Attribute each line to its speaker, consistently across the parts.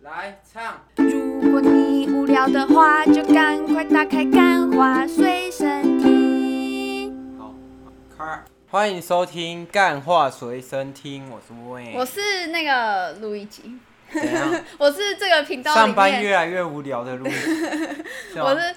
Speaker 1: 来唱，
Speaker 2: 如果你无聊的话，就赶快打开《干花随身听
Speaker 1: 好，开。欢迎收听《干话随身听》，我是
Speaker 3: 我
Speaker 1: Wayne。
Speaker 3: 是那个路易吉，
Speaker 1: 怎 样？
Speaker 3: 我是这个频道里
Speaker 1: 上班啊
Speaker 3: 面，
Speaker 1: 越来越无聊的路， 是吗
Speaker 3: 我是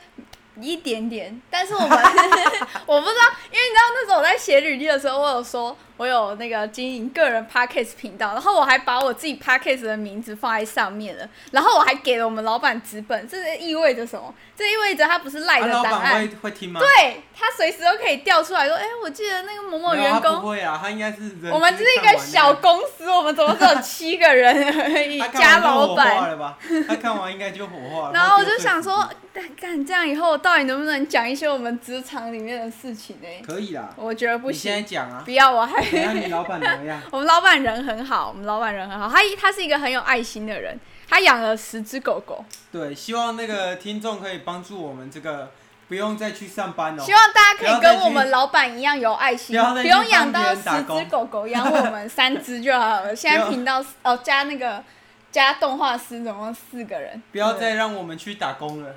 Speaker 3: 一点点，但是我们 我不知道，因为你知道那时候我在写履历的时候，我有说我有那个经营个人 podcast 频道，然后我还把我自己 podcast 的名字放在上面了，然后我还给了我们老板纸本，这意味着什么？这意味着他不是赖
Speaker 1: 啊
Speaker 3: 的
Speaker 1: 老
Speaker 3: 档
Speaker 1: 板会
Speaker 3: 案。
Speaker 1: 会听吗？
Speaker 3: 对他随时都可以调出来说，哎、我记得那个某某
Speaker 1: 没有
Speaker 3: 员
Speaker 1: 他不
Speaker 3: 工，
Speaker 1: 会啊，他应该是人资
Speaker 3: 我们
Speaker 1: 看
Speaker 3: 是一个
Speaker 1: 完那
Speaker 3: 小公司，我们怎么只有七个人而已，
Speaker 1: 他看
Speaker 3: 加
Speaker 1: 完就
Speaker 3: 老
Speaker 1: 火
Speaker 3: 板
Speaker 1: 化。了吧？他看完应该就火化了。
Speaker 3: 然后我
Speaker 1: 他
Speaker 3: 就
Speaker 1: 就
Speaker 3: 想说，干干这样以后，我到底能不能讲一些我们职场里面的事情呢？
Speaker 1: 可以啦，
Speaker 3: 我觉得不
Speaker 1: 你现在
Speaker 3: 行，
Speaker 1: 讲啊
Speaker 3: 不。要，我还
Speaker 1: 等一下你老板怎么样？
Speaker 3: 我们老板人很好，我们老板人很好，他他是一个很有爱心的人，他养了十只狗狗，
Speaker 1: 对，希望那个听众可以帮助我们这个，不用再去上班哦。
Speaker 3: 希望大家可
Speaker 1: 不要
Speaker 3: 以
Speaker 1: 再
Speaker 3: 跟我们
Speaker 1: 去
Speaker 3: 老板一样有爱
Speaker 1: 不
Speaker 3: 心，
Speaker 1: 要再
Speaker 3: 不
Speaker 1: 去
Speaker 3: 用养
Speaker 1: 帮别
Speaker 3: 到
Speaker 1: 人
Speaker 3: 十
Speaker 1: 打工
Speaker 3: 只狗狗，养我们三只就好了。现
Speaker 1: 不
Speaker 3: 在
Speaker 1: 要
Speaker 3: 频道哦加那个加动画师总共四个人，
Speaker 1: 不要再让我们去打工了，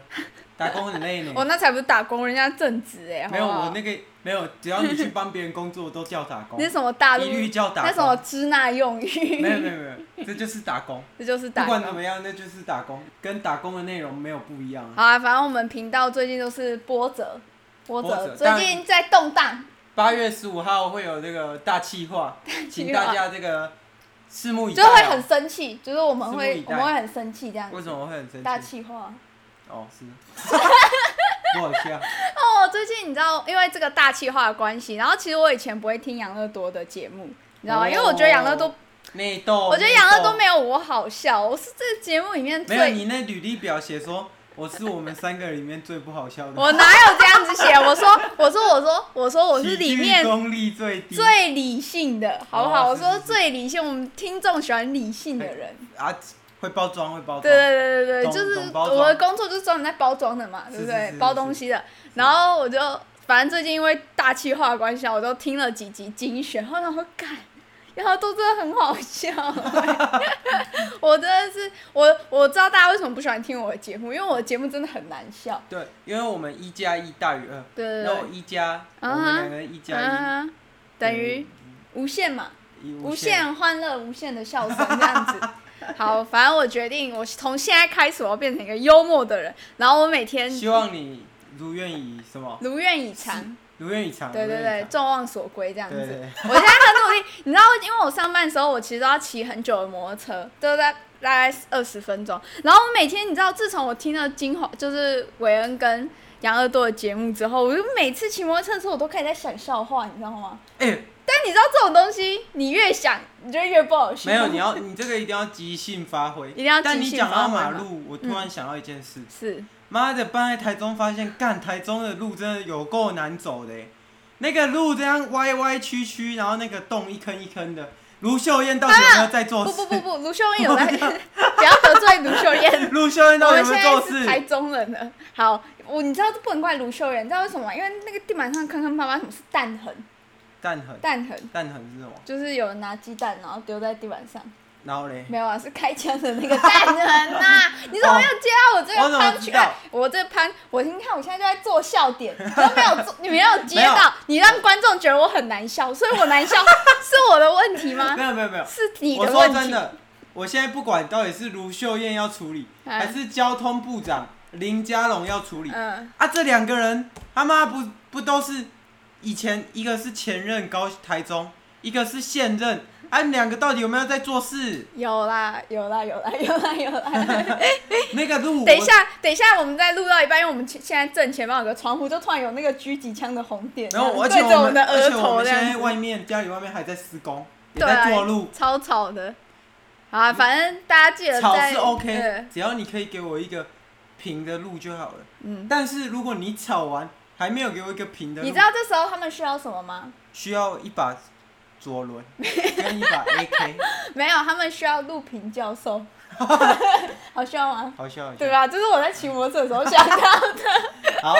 Speaker 1: 打工很累呢。
Speaker 3: 我那才不是打工，人家正职哎，好
Speaker 1: 嗯
Speaker 3: 不
Speaker 1: 没有，
Speaker 3: 好
Speaker 1: 我那个没有，只要你去帮别人工作，都叫打工
Speaker 3: 那，什么大陆
Speaker 1: 一律叫打
Speaker 3: 那什么
Speaker 1: 工。
Speaker 3: 支那用语，
Speaker 1: 没有没有没有，这就是打工。
Speaker 3: 这就是
Speaker 1: 不
Speaker 3: 打
Speaker 1: 管怎嗯么
Speaker 3: 工。
Speaker 1: 样，那就是打工，跟打工的内容没有不一样啊。
Speaker 3: 好啊，反正我们频道最近都是波折，波
Speaker 1: 波折
Speaker 3: 折，最近在动荡，
Speaker 1: 八月十五号会有这个大气化，请大家这个拭目以待
Speaker 3: 就
Speaker 1: 啊。
Speaker 3: 会很生气，就是我们
Speaker 1: 拭目以
Speaker 3: 会
Speaker 1: 待
Speaker 3: 我们会很生气这样
Speaker 1: 为
Speaker 3: 子。
Speaker 1: 什么会很生气？
Speaker 3: 大气化
Speaker 1: 哦，是。 不好笑。
Speaker 3: 哦，最近你知道，因为这个大气化的关系，然后其实我以前不会听养乐多的节目，你知道吗？
Speaker 1: 哦
Speaker 3: 因为我觉得养乐多，
Speaker 1: 内斗。
Speaker 3: 我觉得养乐
Speaker 1: 内
Speaker 3: 多
Speaker 1: 斗
Speaker 3: 没有我好笑，我是这节目里面
Speaker 1: 没有，
Speaker 3: 最
Speaker 1: 你那履历表写说我是我们三个里面最不好笑的，
Speaker 3: 我哪有这样子写？我说我说我说我说我是
Speaker 1: 喜
Speaker 3: 里
Speaker 1: 剧
Speaker 3: 面
Speaker 1: 功力最低
Speaker 3: 最理性的，好不好？
Speaker 1: 哦
Speaker 3: 我
Speaker 1: 是
Speaker 3: 说
Speaker 1: 是是
Speaker 3: 最理性，我们听众喜欢理性的人。
Speaker 1: 啊，会包装会包装。
Speaker 3: 对对对
Speaker 1: 哦
Speaker 3: 对
Speaker 1: 懂
Speaker 3: 对，就是
Speaker 1: 懂包装
Speaker 3: 我的工作就是专门在包装的嘛，对
Speaker 1: 是
Speaker 3: 不
Speaker 1: 是
Speaker 3: 对
Speaker 1: 是？
Speaker 3: 包东西的。然后我就反正最近因为大气化的关系啊，我都听了几集精选，后来我改。然后都真的很好笑，欸 我真的是我我知道大家为什么不喜欢听我的节目，因为我的节目真的很难笑。
Speaker 1: 对，因为我们一加一大于二，
Speaker 3: 对对
Speaker 1: 那我
Speaker 3: 对
Speaker 1: 一加，我
Speaker 3: 啊哈
Speaker 1: 们两个人一嗯加
Speaker 3: 啊，
Speaker 1: 一
Speaker 3: 等于无限嘛。
Speaker 1: 一
Speaker 3: 无限欢乐、无限的笑声这样子。 好，反正我决定，我从现在开始，我要变成一个幽默的人。然后我每天
Speaker 1: 希望你如愿以什么？
Speaker 3: 如愿以偿，
Speaker 1: 如愿以偿。
Speaker 3: 对对
Speaker 1: 如愿
Speaker 3: 对
Speaker 1: 以，偿
Speaker 3: 众望所归这样
Speaker 1: 对
Speaker 3: 子。
Speaker 1: 对
Speaker 3: 我现在很努力，你知道，因为我上班的时候，我其实都要骑很久的摩托车，都在大概二十分钟。然后我每天，你知道，自从我听了金华，就是韦恩跟杨乐多的节目之后，我就每次骑摩托车的时候，我都开始在想笑话，你知道吗？
Speaker 1: 对。哎、
Speaker 3: 但你知道这种东西，你越想，你就越不好笑。
Speaker 1: 没有，你要你这个一定要即兴发挥，一
Speaker 3: 定要
Speaker 1: 但
Speaker 3: 即
Speaker 1: 你
Speaker 3: 兴
Speaker 1: 讲
Speaker 3: 发
Speaker 1: 到
Speaker 3: 挥
Speaker 1: 马
Speaker 3: 嘛
Speaker 1: 路，我突然想到一件事，
Speaker 3: 是。
Speaker 1: 妈的，搬来台中发现，干台中的路真的有够难走的欸，那个路这样歪歪曲曲，然后那个洞一坑一坑的。卢秀燕到底有没有在做
Speaker 3: 不
Speaker 1: 事。
Speaker 3: 啊不？不不，卢秀燕有在， 不要得罪卢秀 燕
Speaker 1: 卢秀燕
Speaker 3: 我
Speaker 1: 到底
Speaker 3: 们
Speaker 1: 有
Speaker 3: 现
Speaker 1: 没有
Speaker 3: 在
Speaker 1: 做
Speaker 3: 是
Speaker 1: 事？
Speaker 3: 台中人了。好，我你知道这不能怪卢秀燕，你知道为什么吗？因为那个地板上坑坑巴巴，什么是蛋痕？
Speaker 1: 蛋痕，
Speaker 3: 蛋痕
Speaker 1: 蛋痕是什么？
Speaker 3: 就是有人拿鸡蛋然后丢在地板上，
Speaker 1: 然后嘞，
Speaker 3: 没有啊，是开枪的那个蛋痕呐、 你怎么没有接到我这
Speaker 1: 哦我怎
Speaker 3: 个
Speaker 1: 么
Speaker 3: 潘
Speaker 1: 知
Speaker 3: 去？
Speaker 1: 道
Speaker 3: 哎我这潘，我你看我现在就在做笑点，你都没有做， 你没有接
Speaker 1: 没有
Speaker 3: 到，你让观众觉得我很难笑，所以我难 笑是我的问题吗
Speaker 1: 没？有没有没有，
Speaker 3: 是啊你
Speaker 1: 我
Speaker 3: 的
Speaker 1: 说
Speaker 3: 问
Speaker 1: 真
Speaker 3: 题。
Speaker 1: 的，我现在不管到底是卢秀燕要处理，
Speaker 3: 哎
Speaker 1: 还是交通部长林佳龙要处理，
Speaker 3: 嗯。
Speaker 1: 啊，这两个人他妈不不都是以前一个是前任高台中，一个是现任，啊，你两个到底有没有在做事？
Speaker 3: 有啦，有啦，有啦，有啦，有 啦。
Speaker 1: 那个路，
Speaker 3: 等一下，等一下，我们再录到一半，因为我们现现在正前方有个窗户，就突然有那个狙击枪的红点，
Speaker 1: 然后我而且
Speaker 3: 对着
Speaker 1: 我
Speaker 3: 们的
Speaker 1: 而
Speaker 3: 额
Speaker 1: 且我
Speaker 3: 头
Speaker 1: 们
Speaker 3: 这
Speaker 1: 现在
Speaker 3: 样
Speaker 1: 外
Speaker 3: 子，
Speaker 1: 面家里外面还在施工，也
Speaker 3: 对啊
Speaker 1: 在做路，
Speaker 3: 超吵的。好啊，反正大家记得
Speaker 1: 吵
Speaker 3: 在
Speaker 1: 是 OK，
Speaker 3: 对
Speaker 1: 只要你可以给我一个平的路就好了。
Speaker 3: 嗯，
Speaker 1: 但是如果你吵完还没有给我一个平的路，
Speaker 3: 你知道这时候他们需要什么吗？
Speaker 1: 需要一把左轮 跟一把 AK，
Speaker 3: 没有，他们需要陆平教 授，好笑吗？
Speaker 1: 好笑好笑
Speaker 3: 对？啊吧？这是我在骑摩托车的时候想到的。
Speaker 1: 好，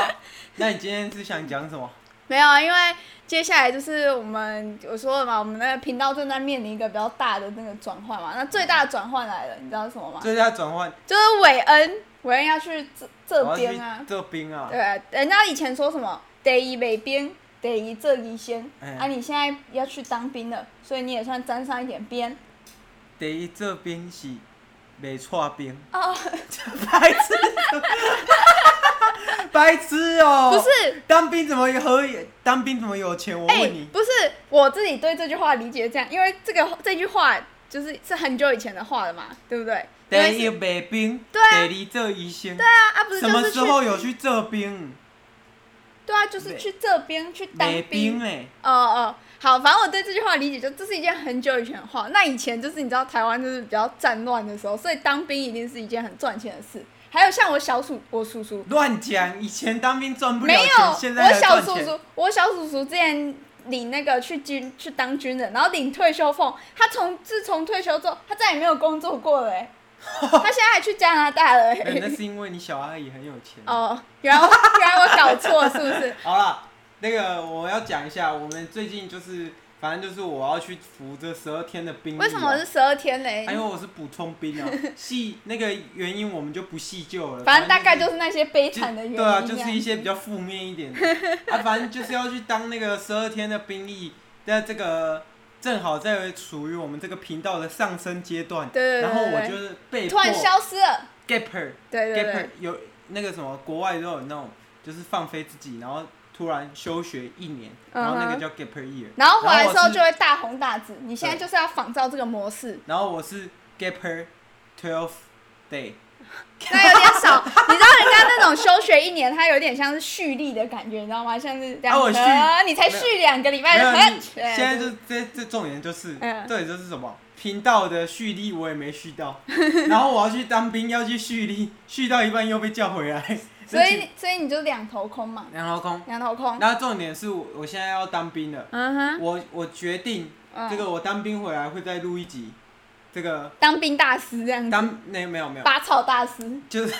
Speaker 1: 那你今天是想讲什么？
Speaker 3: 没有啊，因为接下来就是我们我说了嘛，我们那个频道正在面临一个比较大的那个转换嘛。那最大的转换来了，你知道是什么吗？
Speaker 1: 最佳转换，
Speaker 3: 就是韦恩，韦恩要去这这
Speaker 1: 我要
Speaker 3: 边
Speaker 1: 去
Speaker 3: 啊。
Speaker 1: 这边 啊，
Speaker 3: 对啊，人家以前说什么得以北边，得以这一先。
Speaker 1: 哎
Speaker 3: 啊，你现在要去当兵了，所以你也算沾上一点边。
Speaker 1: 第一这边是没错边，
Speaker 3: 哦，
Speaker 1: 白痴，白痴哦、
Speaker 3: 不是，
Speaker 1: 当兵怎么有合理当兵怎么有钱？我
Speaker 3: 哎、
Speaker 1: 问你，
Speaker 3: 不是我自己对这句话理解这样，因为这个这句话就是是很久以前的话了嘛，对不对？因为
Speaker 1: 第一
Speaker 3: 是
Speaker 1: 卖兵，
Speaker 3: 对啊
Speaker 1: 第二做医生，
Speaker 3: 对啊，啊不是
Speaker 1: 什
Speaker 3: 就
Speaker 1: 么
Speaker 3: 是去
Speaker 1: 时候有去这兵？
Speaker 3: 对啊，就是去这边去当
Speaker 1: 卖
Speaker 3: 兵
Speaker 1: 兵。啊欸嘞，
Speaker 3: 哦哦，好，反正我对这句话理解就这是一件很久以前的话。那以前就是你知道台湾就是比较战乱的时候，所以当兵一定是一件很赚钱的事。还有像我小叔，我叔叔
Speaker 1: 乱讲！以前当兵赚不了
Speaker 3: 没有，
Speaker 1: 钱，现在
Speaker 3: 我
Speaker 1: 还
Speaker 3: 小
Speaker 1: 赚
Speaker 3: 叔
Speaker 1: 钱。
Speaker 3: 叔，我小叔叔之前领那个去军去当军人，然后领退休俸，他从自从退休之后，他再也没有工作过 了、欸，他现在还去加拿大了、
Speaker 1: 哎那
Speaker 3: 欸。
Speaker 1: 是因为你小阿姨很有钱。
Speaker 3: 哦，原来我原来我搞错了是不 是？
Speaker 1: 好啦，那个我要讲一下，我们最近就是，反正就是我要去服这十二天的兵役啊。
Speaker 3: 为什么是十二天嘞
Speaker 1: 啊？因为我是补充兵 啊，细那个原因我们就不细究了。
Speaker 3: 反正大概
Speaker 1: 是
Speaker 3: 就是那些悲
Speaker 1: 就
Speaker 3: 惨的原因。
Speaker 1: 对啊，就是一些比较负面一 点的啊，反正就是要去当那个十二天的兵役，在这个正好在属于我们这个频道的上升阶段。
Speaker 3: 对对对
Speaker 1: 然后我
Speaker 3: 对
Speaker 1: 就是被
Speaker 3: 突
Speaker 1: 迫
Speaker 3: 然消失了。
Speaker 1: gapper
Speaker 3: 对对
Speaker 1: gapper
Speaker 3: 对，
Speaker 1: 有那个什么国外都有那种，就是放飞自己，然后突然休学一年，然后那个
Speaker 3: 嗯哼
Speaker 1: 叫 gapper year。
Speaker 3: 然后回来之
Speaker 1: 然后
Speaker 3: 后
Speaker 1: 我是
Speaker 3: 就会大红大紫。你现在
Speaker 1: 对
Speaker 3: 就是要仿照这个模式，
Speaker 1: 然后我是 gapper twelve day。
Speaker 3: 那有点少。 你知道人家那种休学一年，他有点像是蓄力的感觉，你知道吗？像是两
Speaker 1: 啊我
Speaker 3: 个，
Speaker 1: 蓄
Speaker 3: 你才蓄两个礼拜
Speaker 1: 没有，
Speaker 3: 就很
Speaker 1: 你现在就这这重点就是，
Speaker 3: 嗯
Speaker 1: 这也就是什么频道的蓄力我也没蓄 到，然后我要去当兵要去蓄力，蓄到一半又被叫回来，
Speaker 3: 所以所以你就两头空嘛，
Speaker 1: 两头空。
Speaker 3: 两头空。
Speaker 1: 然后重点是我我现在要当兵了，
Speaker 3: 嗯哼，
Speaker 1: 我我决定
Speaker 3: 嗯
Speaker 1: 这个我当兵回来会再录一集，这个
Speaker 3: 当兵大师这样子，
Speaker 1: 当那没有没有，
Speaker 3: 拔草大师，
Speaker 1: 就是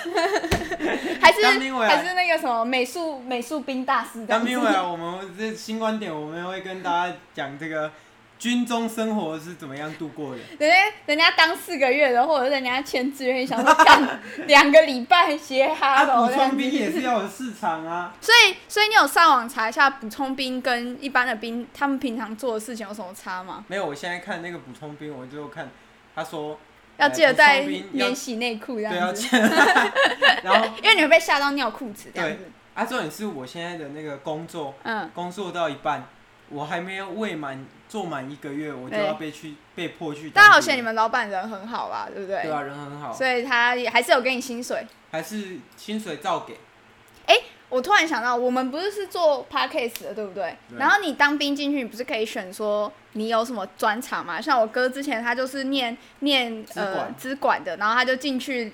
Speaker 3: 还是
Speaker 1: 当兵回来
Speaker 3: 还是那个什么美术美术兵大师这样
Speaker 1: 当
Speaker 3: 子。
Speaker 1: 兵啊回来我们这新观点我们会跟大家讲这个军中生活是怎么样度过的。
Speaker 3: 人家人家当四个月的，或者是人家签志 愿，想说干两个礼拜歇哈
Speaker 1: 啊，
Speaker 3: 喽
Speaker 1: 补
Speaker 3: 这样
Speaker 1: 充
Speaker 3: 子。
Speaker 1: 兵 也是要有市场啊。
Speaker 3: 所以，所以你有上网查一下补充兵跟一般的兵他们平常做的事情有什么差吗？
Speaker 1: 没有，我现在看那个补充兵，我就看他说
Speaker 3: 要记得带
Speaker 1: 呃补充兵要
Speaker 3: 免洗内裤这
Speaker 1: 对要
Speaker 3: 样子，
Speaker 1: 记得， 然后
Speaker 3: 因为你会被吓到尿裤子这样
Speaker 1: 对
Speaker 3: 子。
Speaker 1: 啊，重点是我现在的那个工作，
Speaker 3: 嗯，
Speaker 1: 工作到一半，我还没有未满做满一个月，我就
Speaker 3: 对
Speaker 1: 要被去被迫去当兵。
Speaker 3: 但好险你们老板人很好啦，对不对？
Speaker 1: 对啊，人很好，
Speaker 3: 所以他也还是有给你薪水。
Speaker 1: 还是薪水照给。
Speaker 3: 我突然想到，我们不是是做 podcast 的，对不对？
Speaker 1: 对
Speaker 3: 然后你当兵进去，你不是可以选说你有什么专长嘛？像我哥之前他就是念念呃资管的，然后他就进去，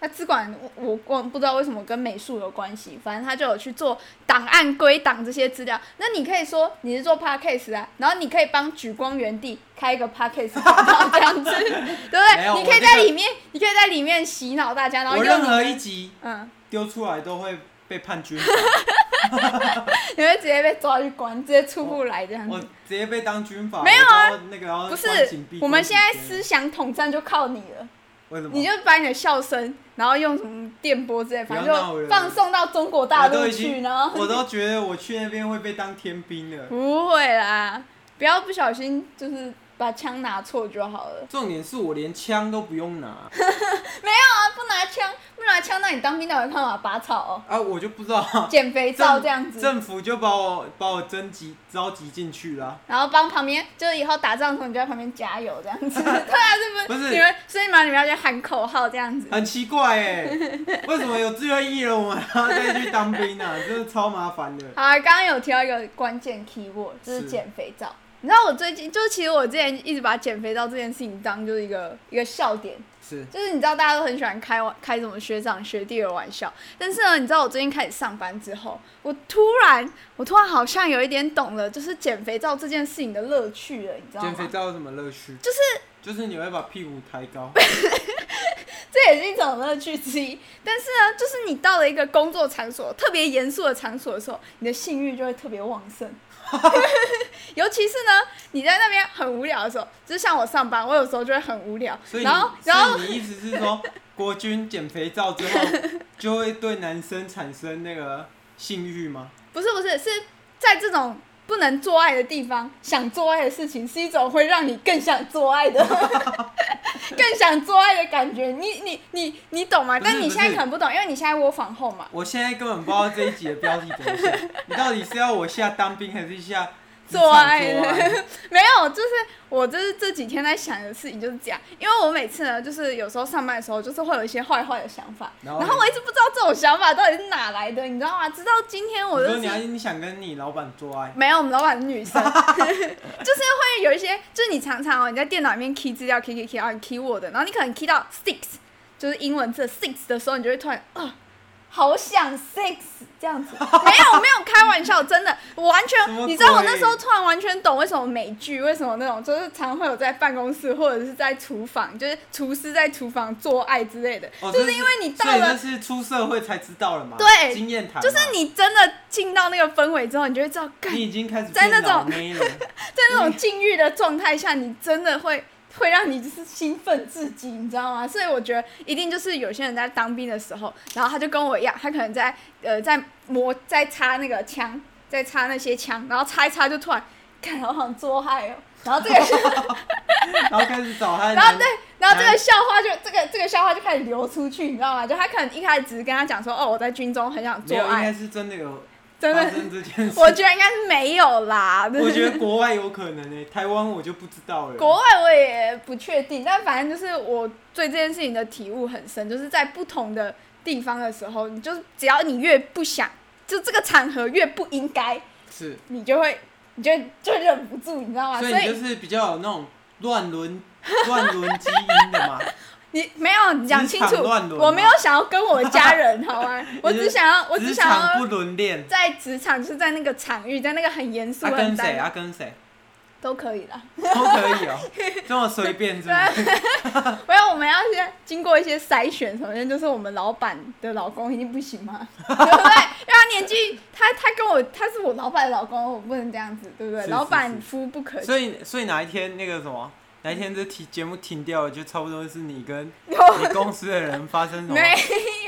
Speaker 3: 他资管我我不知道为什么跟美术有关系，反正他就有去做档案归档这些资料。那你可以说你是做 podcast 啊，然后你可以帮举光原地开一个 podcast 频道这样子，对不
Speaker 1: 没
Speaker 3: 对？
Speaker 1: 有
Speaker 3: 你可以
Speaker 1: 我这
Speaker 3: 在
Speaker 1: 个
Speaker 3: 里面，你可以在里面洗脑大家，然后
Speaker 1: 我
Speaker 3: 用
Speaker 1: 任
Speaker 3: 你
Speaker 1: 何
Speaker 3: 的
Speaker 1: 一集
Speaker 3: 嗯。
Speaker 1: 丢出来都会被判 军法，
Speaker 3: 你会直接被抓去关，直接出不来这样
Speaker 1: 我
Speaker 3: 子。
Speaker 1: 直接被当军法。
Speaker 3: 没有啊
Speaker 1: 我到那个然后
Speaker 3: 不是
Speaker 1: 关禁闭，
Speaker 3: 我们现在
Speaker 1: 关几
Speaker 3: 思
Speaker 1: 天
Speaker 3: 想统战就靠你了，
Speaker 1: 为什么？
Speaker 3: 你就把你的笑声，然后用什么电波之类，
Speaker 1: 不要
Speaker 3: 反
Speaker 1: 闹
Speaker 3: 正
Speaker 1: 人
Speaker 3: 就放送到中国大
Speaker 1: 我都
Speaker 3: 陆
Speaker 1: 已经
Speaker 3: 去，然后
Speaker 1: 我都觉得我去那边会被当天兵了。
Speaker 3: 不会啦，不要不小心就是把枪拿错就好了。
Speaker 1: 重点是我连枪都不用拿
Speaker 3: 啊，不拿枪，不拿枪，那你当兵到底干嘛？拔草、哦，
Speaker 1: 啊，我就不知道啊。
Speaker 3: 捡肥皂这样子，
Speaker 1: 政府就把我把我征集召集进去了。
Speaker 3: 然后帮旁边，就是以后打仗的时候你就在旁边加油这样 子。对啊，是
Speaker 1: 不
Speaker 3: 不
Speaker 1: 是
Speaker 3: 你们，所以嘛，你们要去喊口号这样子。
Speaker 1: 很奇怪哎、为什么有志愿役了，我们还要再去当兵啊？ 真的超麻烦的。
Speaker 3: 好、啊，刚刚有提到一个关键 keyword，就是
Speaker 1: 是
Speaker 3: 减肥皂。你知道我最近，就是其实我之前一直把减肥皂这件事情当就是一个一个笑点，
Speaker 1: 是
Speaker 3: 就是你知道大家都很喜欢开玩开什么学长学弟的玩笑，但是呢，你知道我最近开始上班之后，我突然我突然好像有一点懂了，就是减肥皂这件事情的乐趣了，你知道
Speaker 1: 减肥
Speaker 3: 吗？
Speaker 1: 皂有什么乐趣？
Speaker 3: 就是
Speaker 1: 就是你会把屁股抬高，
Speaker 3: 这也是一找乐趣之一。但是呢，就是你到了一个工作场所，特别严肃的场所的时候，你的性欲就会特别旺 盛。尤其是呢，你在那边很无聊的时候，就是像我上班，我有时候就会很无聊
Speaker 1: 所，以你
Speaker 3: 然后然后
Speaker 1: 所以你意思是 说，国军减肥皂之后就会对男生产生那个性欲吗？
Speaker 3: 不是不是，是在这种不能做爱的地方，想做爱的事情是一种会让你更想做爱 的， 更想做爱的感觉。你你你你懂吗？
Speaker 1: 不是
Speaker 3: 但你现在
Speaker 1: 不
Speaker 3: 可
Speaker 1: 是
Speaker 3: 能不懂，因为你现在窝房后嘛。
Speaker 1: 我现在根本不知道这一集的标题怎么下， 你到底是要我下当兵还是下职场
Speaker 3: 做爱
Speaker 1: 做爱
Speaker 3: 没有，就是我就是这几天在想的事情就是这样，因为我每次呢，就是有时候上班的时候，就是会有一些坏坏的想法，
Speaker 1: 然
Speaker 3: 然
Speaker 1: 后
Speaker 3: 后
Speaker 1: 呢
Speaker 3: 我一直不知道这种想法到底是哪来的，你知道吗？直到今天我
Speaker 1: 你
Speaker 3: 就
Speaker 1: 说
Speaker 3: 是
Speaker 1: 你要你想跟你老板做爱，
Speaker 3: 没有，我们老板是女生， 就是会有一些，就是你常常哦，你在电脑里面 key 资料 key key key，然后你 key word，然后你可能 key 到 six，就是英文字 six 的时候，你就会突然啊、好想 six 这 样子。没有，没有开玩笑，真的，我完
Speaker 1: 什么
Speaker 3: 全，你知道我
Speaker 1: 鬼
Speaker 3: 那时候突然完全懂为什么美剧，为什么那种就是常会有在办公室或者是在厨房，就是厨师在厨房做爱之类的，
Speaker 1: 哦
Speaker 3: 就
Speaker 1: 这是
Speaker 3: 是因为你到
Speaker 1: 所以
Speaker 3: 了
Speaker 1: 这是出社会才知道了嘛？
Speaker 3: 对
Speaker 1: 经验谈嘛，
Speaker 3: 就是你真的进到那个氛围之后，你就会知道，干
Speaker 1: 你已经开始
Speaker 3: 在那
Speaker 1: 变老
Speaker 3: 种
Speaker 1: 妹 了，
Speaker 3: 在那种禁欲的状态下，你真的会会让你就是兴奋至极，你知道吗？所以我觉得一定就是有些人在当兵的时候，然后他就跟我一样，他可能在呃在磨在擦那个枪，在擦那些枪，然后擦一擦就突然， 看好想做爱哦，然后这个
Speaker 1: 然后开始找他的
Speaker 3: 然后
Speaker 1: 男
Speaker 3: 对，然后这个笑话就这个这个笑话就开始流出去，你知道吗？就他可能一开始只是跟他讲说，哦，我在军中很想
Speaker 1: 没
Speaker 3: 做
Speaker 1: 有，应该
Speaker 3: 爱，
Speaker 1: 是真的有
Speaker 3: 真
Speaker 1: 发
Speaker 3: 的，
Speaker 1: 生这件事。
Speaker 3: 我觉得应该是没有啦。对
Speaker 1: 我觉得国外有可能诶、台湾我就不知道了。
Speaker 3: 国外我也不确定，但反正就是我对这件事情的体悟很深，就是在不同的地方的时候，你就是只要你越不想，就这个场合越不应该，
Speaker 1: 是，
Speaker 3: 你就会你就就忍不住，你知道吗？
Speaker 1: 所
Speaker 3: 所
Speaker 1: 以你就是比较有那种乱伦乱伦基因的嘛。
Speaker 3: 你没有你讲
Speaker 1: 职
Speaker 3: 清
Speaker 1: 场
Speaker 3: 楚，
Speaker 1: 乱伦
Speaker 3: 我没有
Speaker 1: 吗
Speaker 3: 想要跟我的家人 好吗？我只想 要，我只
Speaker 1: 职
Speaker 3: 想
Speaker 1: 场不
Speaker 3: 要
Speaker 1: 伦恋。
Speaker 3: 在职场，就是在那个场域，在那个很严肃、
Speaker 1: 啊，跟谁
Speaker 3: 很单
Speaker 1: 啊？跟谁
Speaker 3: 都可以啦。
Speaker 1: 都可以哦、这么随便是不是？
Speaker 3: 没有，我们要先经过一些筛选。首先就是我们老板的老公一定不行 嘛，对不对？因为他年纪，他他跟我他是我老板的老公，我不能这样子，对不对？
Speaker 1: 是是
Speaker 3: 老
Speaker 1: 是
Speaker 3: 板夫不可
Speaker 1: 所以所以哪一天那个什么，哪一天这题节目停掉了，就差不多是你跟
Speaker 3: 有
Speaker 1: 你公司的人发生什
Speaker 3: 哦没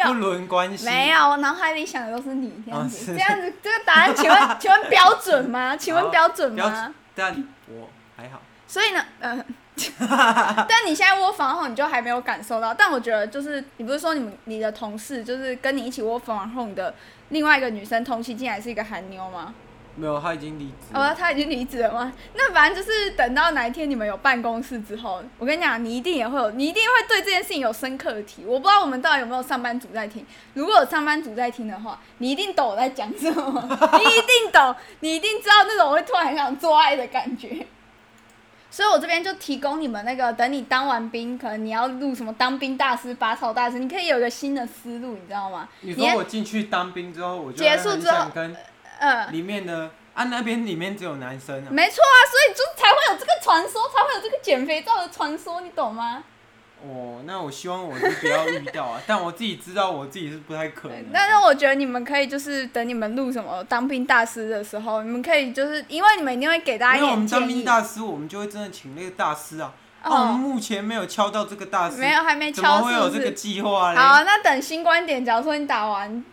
Speaker 1: 么不伦关系？
Speaker 3: 没有，我脑海里想的都是你这样
Speaker 1: 哦
Speaker 3: 子，
Speaker 1: 是
Speaker 3: 这样子这个答案，请问请问标准 吗？请
Speaker 1: 好
Speaker 3: 问标准
Speaker 1: 哦标
Speaker 3: 吗？
Speaker 1: 但我还好。
Speaker 3: 所以呢，嗯、 但你现在窝房后，你就还没有感受到。但我觉得，就是你不是说你们你的同事，就是跟你一起窝房后，你的另外一个女生同期进来是一个韩妞吗？
Speaker 1: 没有，他已经离职了。
Speaker 3: 哦，他已经离职了吗？那反正就是等到哪一天你们有办公室之后，我跟你讲，你一定也会有，你一定会对这件事情有深刻的体悟。我不知道我们到底有没有上班族在听，如果有上班族在听的话，你一定懂我在讲什么，你一定懂，你一定知道那种会突然想做爱的感觉。所以我这边就提供你们那个，等你当完兵，可能你要录什么当兵大师、拔草大师，你可以有一个新的思路，你知道吗？
Speaker 1: 你
Speaker 3: 你
Speaker 1: 说
Speaker 3: 也
Speaker 1: 我进去当兵之后，我就
Speaker 3: 结束
Speaker 1: 很
Speaker 3: 之后
Speaker 1: 想跟
Speaker 3: 嗯、
Speaker 1: 里面的啊那边里面只有男生啊，
Speaker 3: 没错啊，所以就才会有这个传说，才会有这个减肥皂的传说，你懂吗？
Speaker 1: 哦，那我希望我是不要遇到啊，但我自己知道我自己是不太可能的。
Speaker 3: 但是我觉得你们可以就是等你们录什么当兵大师的时候，你们可以就是因为你们一定会给大
Speaker 1: 没
Speaker 3: 家一
Speaker 1: 有我
Speaker 3: 点
Speaker 1: 们当
Speaker 3: 建
Speaker 1: 兵
Speaker 3: 议。
Speaker 1: 大师，我们就会真的请那个大师啊。
Speaker 3: 哦
Speaker 1: 啊，我们目前没有敲到这个大师，
Speaker 3: 没有，还没
Speaker 1: 哦怎么
Speaker 3: 敲
Speaker 1: 会
Speaker 3: 是
Speaker 1: 有
Speaker 3: 不
Speaker 1: 这个
Speaker 3: 是？
Speaker 1: 计划嘞？
Speaker 3: 好，那等新观点，假如说你打完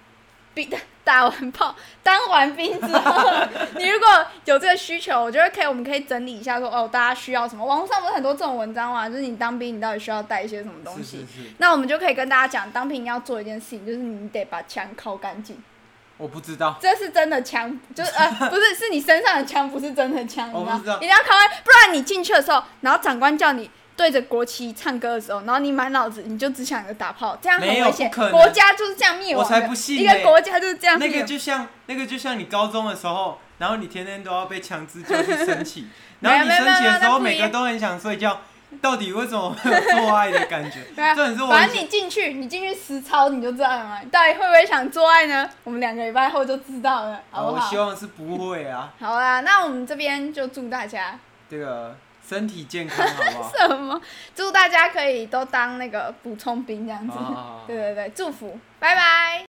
Speaker 3: 兵、打完炮、当完兵之后， 你如果有这个需求，我觉得可以，我们可以整理一下说哦，大家需要什么？网络上不是很多这种文章嘛，就是你当兵，你到底需要带一些什么东
Speaker 1: 是
Speaker 3: 西
Speaker 1: 是？是，
Speaker 3: 那我们就可以跟大家讲，当兵要做一件事情，就是你得把枪抠干净。
Speaker 1: 我不知道，
Speaker 3: 这是真的枪，就 是呃，不是，是你身上的枪，不是真的枪，
Speaker 1: 哦我
Speaker 3: 你
Speaker 1: 不知道
Speaker 3: 一定要抠干，不然你进去的时候，然后长官叫你对着国旗唱歌的时候，然后你满脑子你就只想着打炮，这样很
Speaker 1: 没有
Speaker 3: 危险。
Speaker 1: 不可能
Speaker 3: 国家就是这样灭亡的，
Speaker 1: 我才不信
Speaker 3: 一
Speaker 1: 嘞
Speaker 3: 个国家就是这样
Speaker 1: 那
Speaker 3: 灭
Speaker 1: 个就像那个就像你高中的时候，然后你天天都要被强制叫去升 旗，然后你
Speaker 3: 没有没有
Speaker 1: 升旗
Speaker 3: 没有
Speaker 1: 的时候，
Speaker 3: 那不一
Speaker 1: 每个
Speaker 3: 样
Speaker 1: 都很想睡觉，到底为什么会有做爱的感觉？
Speaker 3: 对啊
Speaker 1: 重点是我
Speaker 3: 反正你进去，你进去实操你就知道了嘛，你到底会不会想做爱呢？我们两个礼拜后就知道了，好
Speaker 1: 啊，
Speaker 3: 不
Speaker 1: 我希
Speaker 3: 好？
Speaker 1: 望是不会啊，
Speaker 3: 好啦，那我们这边就祝大家
Speaker 1: 这个身体健康好不好？
Speaker 3: 什么？ 祝大家可以都当那个补充兵这样子。
Speaker 1: 啊
Speaker 3: 对对对，祝福，拜拜。